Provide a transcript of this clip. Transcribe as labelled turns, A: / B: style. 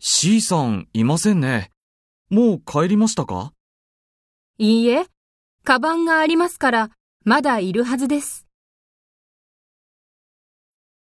A: C さんいませんね。もう帰りましたか
B: いいえ、カバンがありますから、まだいるはずです。